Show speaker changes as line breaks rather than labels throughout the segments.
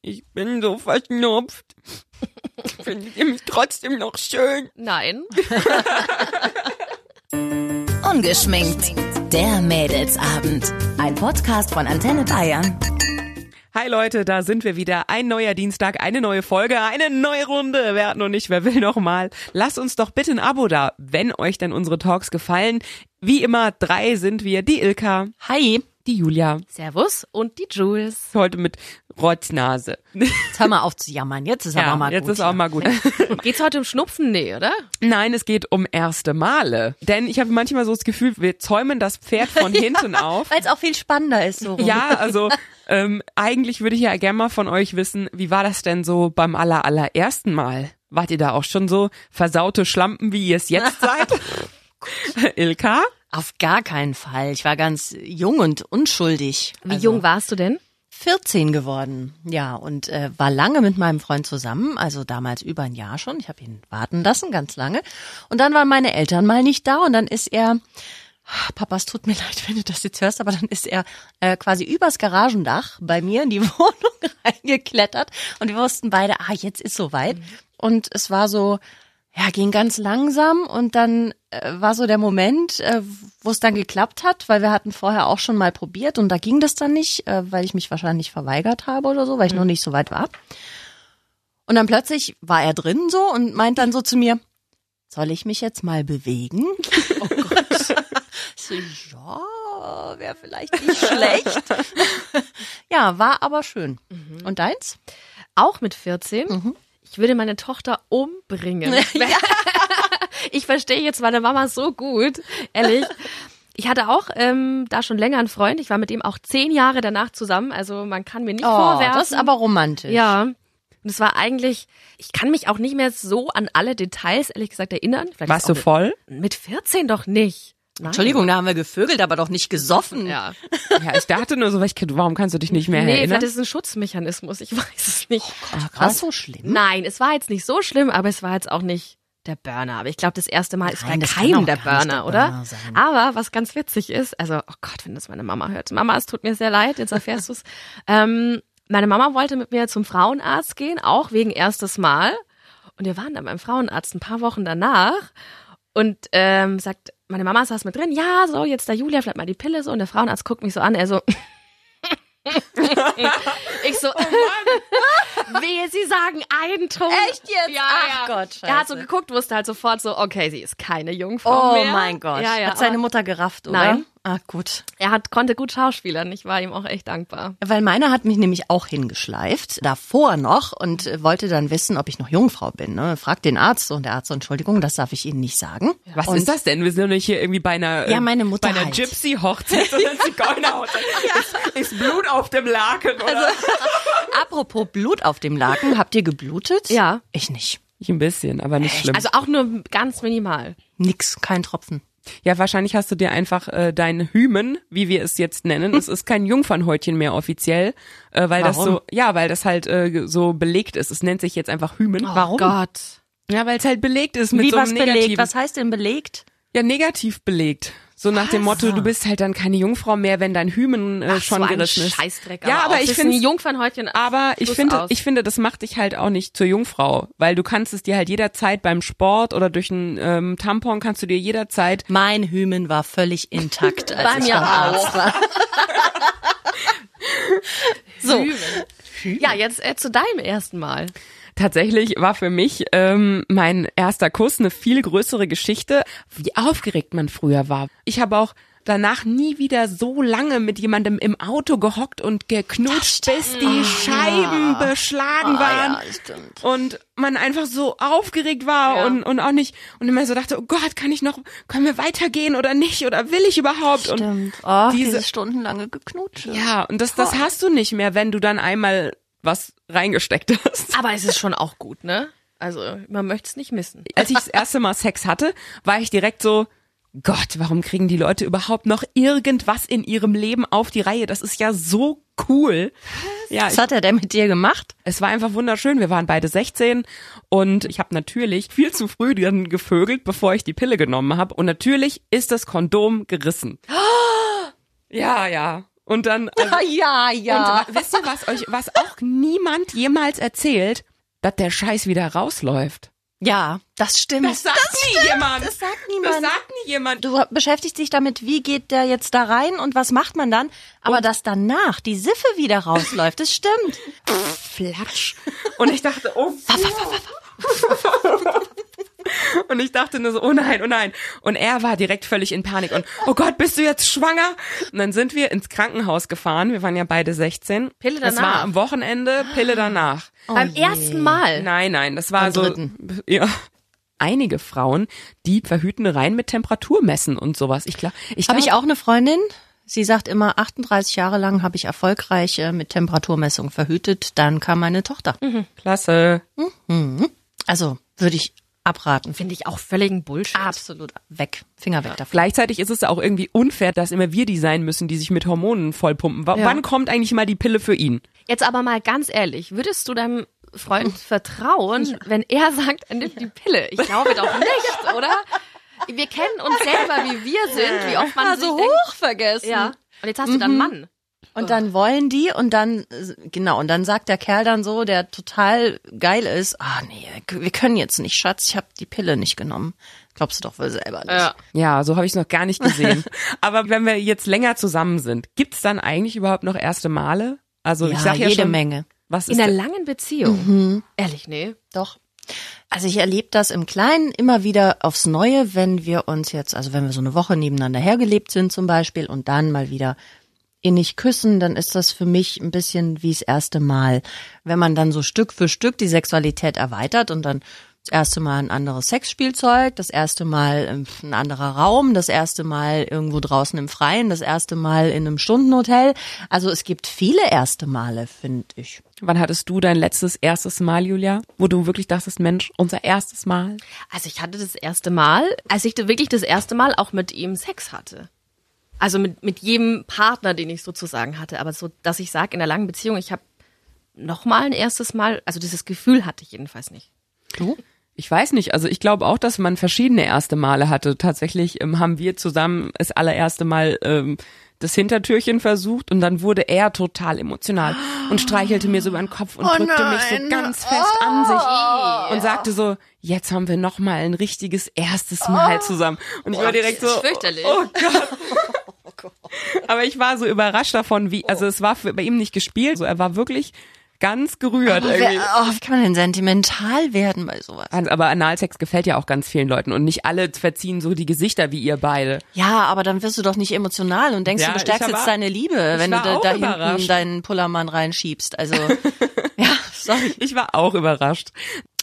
Ich bin so verschnupft. Findet ihr mich trotzdem noch schön?
Nein.
Ungeschminkt. Der Mädelsabend. Ein Podcast von Antenne Bayern.
Hi Leute, da sind wir wieder. Ein neuer Dienstag, eine neue Folge, eine neue Runde. Wer hat noch nicht, wer will noch mal? Lasst uns doch bitte ein Abo da, wenn euch denn unsere Talks gefallen. Wie immer, drei sind wir. Die Ilka,
Hi.
die Julia,
Servus und die Jules.
heute mit Rotznase.
Jetzt hör mal auf zu jammern. Jetzt ist aber mal
jetzt
gut.
ist auch
hier.
mal gut.
Geht's heute um Schnupfen? Nee, oder?
Nein, es geht um erste Male. Denn ich habe manchmal so das Gefühl, wir zäumen das Pferd von hinten auf.
Weil es auch viel spannender ist so rum.
Ja, also ähm, eigentlich würde ich ja gerne mal von euch wissen, wie war das denn so beim aller allerersten Mal? Wart ihr da auch schon so versaute Schlampen, wie ihr es jetzt seid? Ilka?
Auf gar keinen Fall. Ich war ganz jung und unschuldig.
Wie jung warst du denn?
14 geworden. Ja, und äh, war lange mit meinem Freund zusammen, also damals über ein Jahr schon. Ich habe ihn warten lassen, ganz lange. Und dann waren meine Eltern mal nicht da und dann ist er, Ah, Papa, es tut mir leid, wenn du das jetzt hörst, aber dann ist er äh, quasi übers Garagendach bei mir in die Wohnung reingeklettert und wir wussten beide, ah, jetzt ist soweit. Und es war so, ja, ging ganz langsam und dann äh, war so der Moment, äh, wo es dann geklappt hat, weil wir hatten vorher auch schon mal probiert und da ging das dann nicht, äh, weil ich mich wahrscheinlich verweigert habe oder so, weil ich noch nicht so weit war. Und dann plötzlich war er drin so und meint dann so zu mir, soll ich mich jetzt mal bewegen? Oh Gott. Ich so, ja, wäre vielleicht nicht schlecht. Mhm. ja, war aber schön. Und deins?
Auch mit 14?
Mhm.
Ich würde meine Tochter umbringen. Ich verstehe jetzt meine Mama so gut, ehrlich. Ich hatte auch ähm, da schon länger einen Freund. Ich war mit ihm auch zehn Jahre danach zusammen. Also man kann mir nicht
Oh,
vorwerfen.
das ist aber romantisch.
Ja. Und es war eigentlich, ich kann mich auch nicht mehr so an alle Details, ehrlich gesagt, erinnern. Vielleicht
Warst du
ist auch
voll?
mit, mit 14 doch nicht. Nein.
Entschuldigung, da haben wir gevögelt, aber doch nicht gesoffen.
Ja.
Ja, ich dachte nur so, weil ich, warum kannst du dich nicht mehr
Nee, vielleicht
erinnern?
ist es ein Schutzmechanismus. Ich weiß es nicht.
Oh, War so schlimm?
Nein, es war jetzt nicht so schlimm, aber es war jetzt auch nicht der Burner. Aber ich glaube, das erste Mal ist
Nein,
bei
das kann
keinem
auch
der
gar nicht
Burner,
der
oder?
Burner sein.
Aber was ganz witzig ist, also, oh Gott, wenn das meine Mama hört. Mama, es tut mir sehr leid, jetzt erfährst du's. Ähm, meine Mama wollte mit mir zum Frauenarzt gehen, auch wegen erstes Mal. Und wir waren dann beim Frauenarzt ein paar Wochen danach und ähm, sagt, meine Mama saß mit drin, ja, so, jetzt da Julia, vielleicht mal die Pille so. Und der Frauenarzt guckt mich so an, er so. ich so, wehe, sie sagen einen Ton.
Echt jetzt?
Ja,
Ach
ja.
Gott,
Er hat so
scheiße.
geguckt, wusste halt sofort so, okay, sie ist keine Jungfrau
Oh
mehr.
mein Gott.
Ja, ja,
Hat seine
aber
Mutter gerafft, oder?
Nein.
Ah, gut.
er hat, konnte gut schauspielern, ich war ihm auch echt dankbar.
Weil meiner hat mich nämlich auch hingeschleift, davor noch, und äh, wollte dann wissen, ob ich noch Jungfrau bin. Ne? Fragt den Arzt und der Arzt, so, Entschuldigung, das darf ich Ihnen nicht sagen.
Was
und
ist das denn? Wir sind doch nicht hier irgendwie bei einer,
Ja,
ähm,
meine Mutter
bei einer
halt.
Gypsy-Hochzeit, sondern Zigeunerhochzeit. ist, ist Blut auf dem Laken,
Also
oder?
Apropos Blut auf dem Laken, habt ihr geblutet?
Ja.
Ich nicht.
ich ein bisschen, aber
Äh,
nicht schlimm.
Also auch nur ganz minimal.
Nix, kein Tropfen.
Ja, wahrscheinlich hast du dir einfach äh, dein Hymen, wie wir es jetzt nennen, es ist kein Jungfernhäutchen mehr offiziell, äh, weil das
Warum?
so, ja, weil das halt äh, so belegt ist. Es nennt sich jetzt einfach Hymen.
Oh Gott.
Ja, weil es halt belegt ist mit so einem negativen,
heißt denn belegt?
ja negativ belegt. So nach dem Motto, du bist halt dann keine Jungfrau mehr, wenn dein Hymen äh,
Ach,
schon
so ein
gerissen ist.
Scheißdreck.
ja, aber
auch.
ich
Das ist ein
finde,
Jungfernhäutchen.
aber ich
Schluss
finde,
aus.
ich finde, das macht dich halt auch nicht zur Jungfrau, weil du kannst es dir halt jederzeit beim Sport oder durch einen ähm, Tampon kannst du dir jederzeit
Mein Hymen war völlig intakt, als
Bei
ich
mir
beim Arzt
auch.
war. so.
ja, jetzt äh, zu deinem ersten Mal.
Tatsächlich war für mich ähm, mein erster Kuss eine viel größere Geschichte, wie aufgeregt man früher war. Ich habe auch danach nie wieder so lange mit jemandem im Auto gehockt und geknutscht, bis die Scheiben beschlagen waren.
Ah. ja, stimmt.
Und man einfach so aufgeregt war
Ja.
und, und auch nicht und immer so dachte, oh Gott, kann ich noch, können wir weitergehen oder nicht oder will ich überhaupt? Und
Stimmt. Oh,
diese-
diese, stundenlange Geknutsche.
ja, und das, das hast du nicht mehr, wenn du dann einmal was reingesteckt hast.
Aber es ist schon auch gut, ne? Also, man möchte es nicht missen.
als ich das erste Mal Sex hatte, war ich direkt so, Gott, warum kriegen die Leute überhaupt noch irgendwas in ihrem Leben auf die Reihe? Das ist ja so cool. Ja, ich,
Was hat er denn mit dir gemacht?
es war einfach wunderschön. Wir waren beide 16 und ich habe natürlich viel zu früh dann gevögelt, bevor ich die Pille genommen habe. Und natürlich ist das Kondom gerissen. Ja, ja. Und dann, also,
ja, ja.
und wisst ihr, was euch, was auch niemand jemals erzählt, dass der Scheiß wieder rausläuft.
ja, das stimmt.
Das sagt nie jemand.
das sagt niemand.
Das sagt nie jemand.
du beschäftigst dich damit, wie geht der jetzt da rein und was macht man dann? Aber dass danach die Siffe wieder rausläuft, das stimmt.
Flatsch. Und ich dachte, oh. Und ich dachte nur so, oh nein, oh nein. Und er war direkt völlig in Panik und, oh Gott, bist du jetzt schwanger? Und dann sind wir ins Krankenhaus gefahren. Wir waren ja beide 16.
Pille
Das
danach.
war am Wochenende,
Ah.
Pille danach.
Oh
Beim ersten Mal.
Nein, nein, das war so.
dritten.
Ja. Einige Frauen, die verhüten rein mit Temperaturmessen und sowas. Ich glaube, ich,
Habe
glaub-
ich auch eine Freundin. Sie sagt immer, 38 Jahre lang habe ich erfolgreich äh, mit Temperaturmessung verhütet. Dann kam meine Tochter.
Klasse.
Also würde ich abraten.
Finde ich auch völligen Bullshit.
Absolut weg. Finger weg davon.
Gleichzeitig ist es auch irgendwie unfair, dass immer wir die sein müssen, die sich mit Hormonen vollpumpen. W Wann kommt eigentlich mal die Pille für ihn?
Jetzt aber mal ganz ehrlich, würdest du deinem Freund vertrauen, wenn er sagt, er nimmt die Pille? Ich glaube doch nicht, oder? Wir kennen uns selber, wie wir sind, wie oft man
Also
sich
hoch vergessen. Mhm.
denkt, ja. Und jetzt hast du dann einen Mann.
Und dann wollen die und dann, äh, genau, und dann sagt der Kerl dann so, der total geil ist, ah nee, wir können jetzt nicht, Schatz, ich habe die Pille nicht genommen. Glaubst du doch wohl selber nicht.
Ja, so habe ich es noch gar nicht gesehen. Aber wenn wir jetzt länger zusammen sind, gibt's dann eigentlich überhaupt noch erste Male? Also ich
Ja,
sag ja
jede
schon,
Menge.
Was ist
In einer
denn-
langen Beziehung.
Mhm.
Ehrlich, nee.
Doch. Also ich erlebe das im Kleinen immer wieder aufs Neue, wenn wir uns jetzt, also wenn wir so eine Woche nebeneinander hergelebt sind zum Beispiel und dann mal wieder innig küssen, dann ist das für mich ein bisschen wie das erste Mal. Wenn man dann so Stück für Stück die Sexualität erweitert und dann das erste Mal ein anderes Sexspielzeug, das erste Mal ähm, ein anderer Raum, das erste Mal irgendwo draußen im Freien, das erste Mal in einem Stundenhotel. Also es gibt viele erste Male, finde ich.
Wann hattest du dein letztes, erstes Mal, Julia? Wo du wirklich dachtest, Mensch, unser erstes Mal?
Also ich hatte das erste Mal, als ich da wirklich das erste Mal auch mit ihm Sex hatte. Also mit, mit jedem Partner, den ich sozusagen hatte. Aber so, dass ich sage, in der langen Beziehung, ich habe nochmal ein erstes Mal, also dieses Gefühl hatte ich jedenfalls nicht.
Du?
Ich weiß nicht, also ich glaube auch, dass man verschiedene erste Male hatte. Tatsächlich ähm, haben wir zusammen das allererste Mal ähm, das Hintertürchen versucht und dann wurde er total emotional und streichelte mir so über den Kopf und drückte mich so ganz fest an sich und sagte so, jetzt haben wir noch mal ein richtiges erstes Mal zusammen. Und ich war direkt so,
das ist fürchterlich.
oh Gott. Aber ich war so überrascht davon, wie, also es war für, bei ihm nicht gespielt, so er war wirklich ganz gerührt irgendwie.
Wer, oh, wie kann man denn sentimental werden bei sowas?
Hans, aber Analsex gefällt ja auch ganz vielen Leuten und nicht alle verziehen so die Gesichter wie ihr beide.
Ja, aber dann wirst du doch nicht emotional und denkst,
Ja,
du bestärkst
ich war-
jetzt deine Liebe, wenn du
war
da,
auch
da hinten
überrascht.
deinen Pullermann reinschiebst. Also, ja, sorry.
Ich war auch überrascht.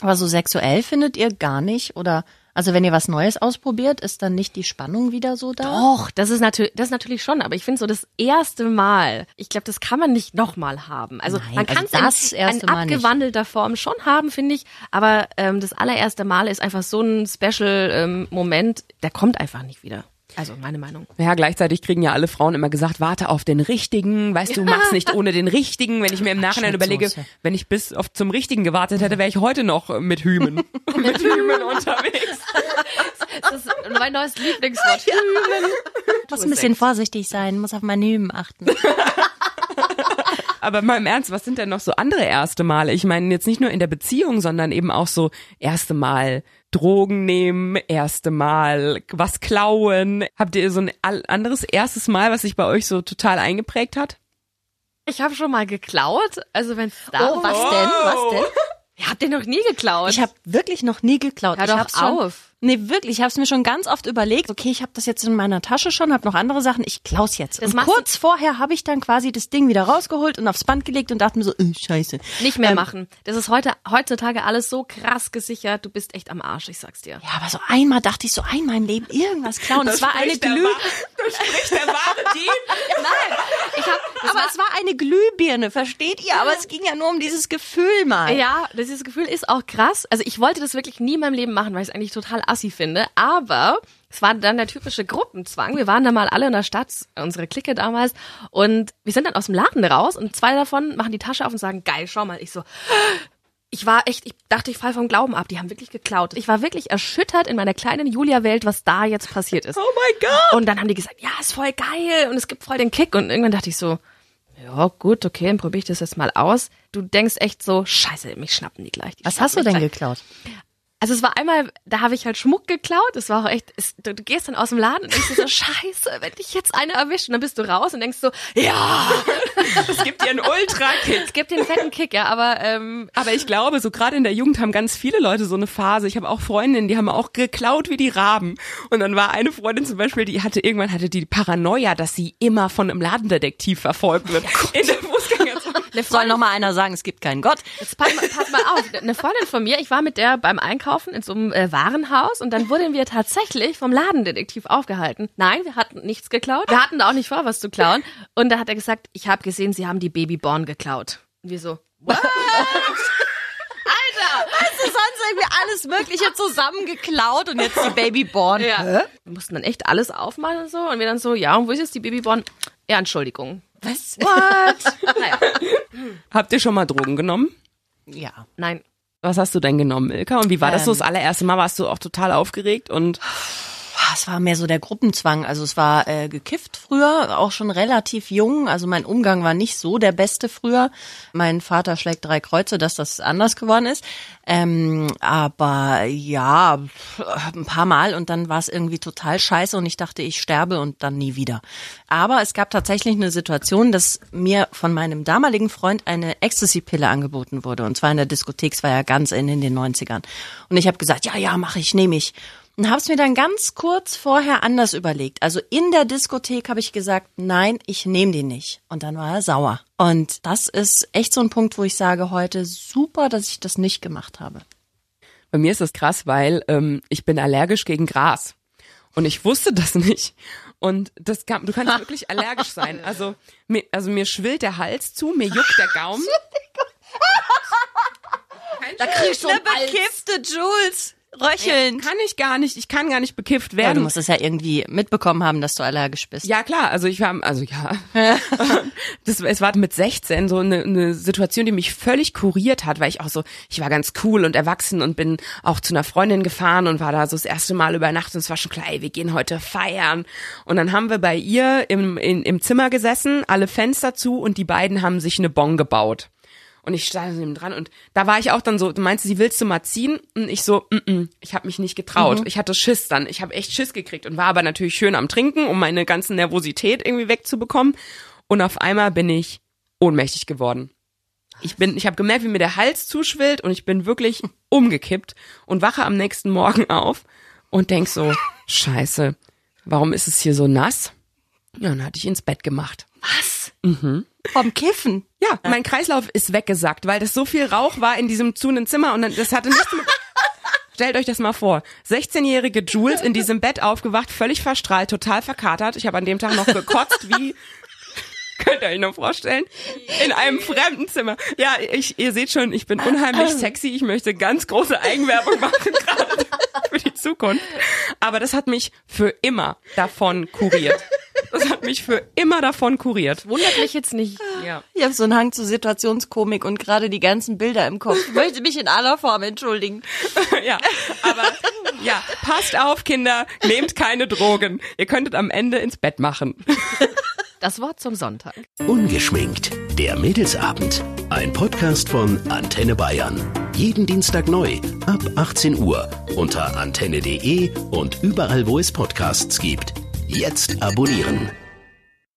Aber so sexuell findet ihr gar nicht oder, also wenn ihr was Neues ausprobiert, ist dann nicht die Spannung wieder so da?
Och, das ist natürlich, das natürlich schon, aber ich finde so das erste Mal, ich glaube, das kann man nicht nochmal haben. Also
Nein,
man
also
kann es
das
in,
erste
in
Mal nicht.
abgewandelter Form schon haben, finde ich, aber ähm, das allererste Mal ist einfach so ein Special-Moment, der kommt einfach nicht wieder. Also meine Meinung.
Ja, gleichzeitig kriegen ja alle Frauen immer gesagt, warte auf den richtigen, weißt du, mach's nicht ohne den richtigen. Wenn ich mir im Nachhinein überlege,
Schnittsoße.
wenn ich bis auf zum richtigen gewartet hätte, wäre ich heute noch mit Hymen. mit Hymen unterwegs.
Das ist mein neues Lieblingswort.
muss ein bisschen vorsichtig sein, muss auf meine Hüben achten.
Aber mal im Ernst, was sind denn noch so andere erste Male? Ich meine, jetzt nicht nur in der Beziehung, sondern eben auch so erste Mal Drogen nehmen, erste Mal was klauen. Habt ihr so ein all- anderes erstes Mal, was sich bei euch so total eingeprägt hat?
Ich habe schon mal geklaut, also wenn es da
Oh, was denn? Was denn?
Ihr habt den noch nie geklaut.
Ich habe wirklich noch nie geklaut.
Hör
ich
doch
hab's schon,
auf.
Nee, wirklich, ich habe es mir schon ganz oft überlegt. Okay, ich habe das jetzt in meiner Tasche schon, habe noch andere Sachen, ich klaus jetzt.
Das
und
machst du-
kurz vorher habe ich dann quasi das Ding wieder rausgeholt und aufs Band gelegt und dachte mir so, äh, scheiße.
nicht mehr machen. Das ist heute heutzutage alles so krass gesichert. Du bist echt am Arsch, ich sag's dir.
Ja, aber so einmal dachte ich so, einmal im Leben irgendwas klauen. Das, war eine Glüh...
Das spricht der wahre Dean.
Nein, ich hab. Das
Aber
war,
es war eine Glühbirne, versteht ihr? Aber es ging ja nur um dieses Gefühl mal.
ja, das- dieses Gefühl ist auch krass. Also ich wollte das wirklich nie in meinem Leben machen, weil ich es eigentlich total assi finde. Aber es war dann der typische Gruppenzwang. Wir waren da mal alle in der Stadt, unsere Clique damals, und wir sind dann aus dem Laden raus und zwei davon machen die Tasche auf und sagen, geil, schau mal. Ich so, ich war echt, ich dachte, ich falle vom Glauben ab. Die haben wirklich geklaut. Ich war wirklich erschüttert in meiner kleinen Julia-Welt, was da jetzt passiert ist.
Oh mein Gott!
Und dann haben die gesagt, ja, ist voll geil und es gibt voll den Kick. Und irgendwann dachte ich so, ja, gut, okay, dann probiere ich das jetzt mal aus. Du denkst echt so, scheiße, mich schnappen die gleich. Die
Was
schnappen
hast du
mich
denn
gleich.
geklaut?
Also es war einmal, da habe ich halt Schmuck geklaut. Es war auch echt, es, du, du gehst dann aus dem Laden und denkst dir so, scheiße, wenn dich jetzt einer erwischt. Und dann bist du raus und denkst so, ja,
Es gibt dir einen Ultra-Kick.
es gibt den fetten Kick, ja, aber ähm,
Aber ich glaube, so gerade in der Jugend haben ganz viele Leute so eine Phase. Ich habe auch Freundinnen, die haben auch geklaut wie die Raben. Und dann war eine Freundin zum Beispiel, die hatte irgendwann hatte die Paranoia, dass sie immer von einem Ladendetektiv verfolgt wird. in der Fußgängerzone.
Soll noch mal einer sagen, es gibt keinen Gott.
Jetzt pass mal, pass mal auf, eine Freundin von mir, ich war mit der beim Einkaufen in so einem äh, Warenhaus und dann wurden wir tatsächlich vom Ladendetektiv aufgehalten. Nein, wir hatten nichts geklaut. Wir hatten da auch nicht vor, was zu klauen. Und da hat er gesagt, ich habe gesehen, sie haben die Babyborn geklaut. Und wir so, what?
Hast du sonst irgendwie alles Mögliche zusammengeklaut und jetzt die Babyborn?
Ja. Wir mussten dann echt alles aufmachen und so. Und wir dann so, ja, und wo ist jetzt die Babyborn? Ja, Entschuldigung.
Was?
Naja,
Habt ihr schon mal Drogen genommen?
Ja.
nein.
Was hast du denn genommen, Ilka? Und wie war das so
Ähm.
das allererste Mal? Warst du auch total aufgeregt und
Ah, Es war mehr so der Gruppenzwang. Also es war äh, gekifft früher, auch schon relativ jung. Also mein Umgang war nicht so der beste früher. Mein Vater schlägt drei Kreuze, dass das anders geworden ist. Ähm, aber ja, pf, ein paar Mal und dann war es irgendwie total scheiße und ich dachte, ich sterbe und dann nie wieder. Aber es gab tatsächlich eine Situation, dass mir von meinem damaligen Freund eine Ecstasy-Pille angeboten wurde. Und zwar in der Diskothek, es war ja ganz in, in den 90ern. Und ich habe gesagt, ja, ja, mache ich, nehme ich. Und habe es mir dann ganz kurz vorher anders überlegt. Also in der Diskothek habe ich gesagt, nein, ich nehme die nicht. Und dann war er sauer. Und das ist echt so ein Punkt, wo ich sage heute, super, dass ich das nicht gemacht habe.
Bei mir ist das krass, weil ähm, ich bin allergisch gegen Gras. Und ich wusste das nicht. Und das kann, du kannst wirklich allergisch sein. Also mir, also mir schwillt der Hals zu, mir juckt der Gaumen.
Da kriegst du eine bekiffte Jules. Röcheln.
Kann ich gar nicht, ich kann gar nicht bekifft
Ja, du
werden.
musst es ja irgendwie mitbekommen haben, dass du allergisch bist.
Ja, klar, also ich war, also ja. das, es war mit 16 so eine, eine Situation, die mich völlig kuriert hat, weil ich auch so, ich war ganz cool und erwachsen und bin auch zu einer Freundin gefahren und war da so das erste Mal über Nacht und es war schon klar, ey, wir gehen heute feiern. Und dann haben wir bei ihr im, in, im Zimmer gesessen, alle Fenster zu und die beiden haben sich eine Bon gebaut. Und ich stand neben dran und da war ich auch dann so, du meinst, sie willst du mal ziehen? Und ich so, mm -mm, ich habe mich nicht getraut. Ich hatte Schiss dann. Ich habe echt Schiss gekriegt und war aber natürlich schön am Trinken, um meine ganze Nervosität irgendwie wegzubekommen. Und auf einmal bin ich ohnmächtig geworden. Ich bin, ich habe gemerkt, wie mir der Hals zuschwillt und ich bin wirklich umgekippt und wache am nächsten Morgen auf und denk so, Scheiße, warum ist es hier so nass? Ja, dann hatte ich ins Bett gemacht.
Vom Kiffen.
Ja, mein Kreislauf ist weggesackt, weil das so viel Rauch war in diesem zunen Zimmer und dann, das hatte nichts mit. Stellt euch das mal vor. 16-jährige Jules in diesem Bett aufgewacht, völlig verstrahlt, total verkatert. Ich habe an dem Tag noch gekotzt, wie könnt ihr euch noch vorstellen? In einem fremden Zimmer. Ja, ich, ihr seht schon, ich bin unheimlich sexy. Ich möchte ganz große Eigenwerbung machen gerade für die Zukunft. Aber das hat mich für immer davon kuriert. Das hat mich für immer davon kuriert.
Wundert mich jetzt nicht.
Ja.
Ich habe so einen Hang zu Situationskomik und gerade die ganzen Bilder im Kopf. Ich möchte mich in aller Form entschuldigen.
ja, aber ja, passt auf, Kinder, nehmt keine Drogen. Ihr könntet am Ende ins Bett machen.
Das Wort zum Sonntag.
Ungeschminkt. Der Mädelsabend. Ein Podcast von Antenne Bayern. Jeden Dienstag neu ab 18 Uhr unter antenne.de und überall, wo es Podcasts gibt. Jetzt abonnieren.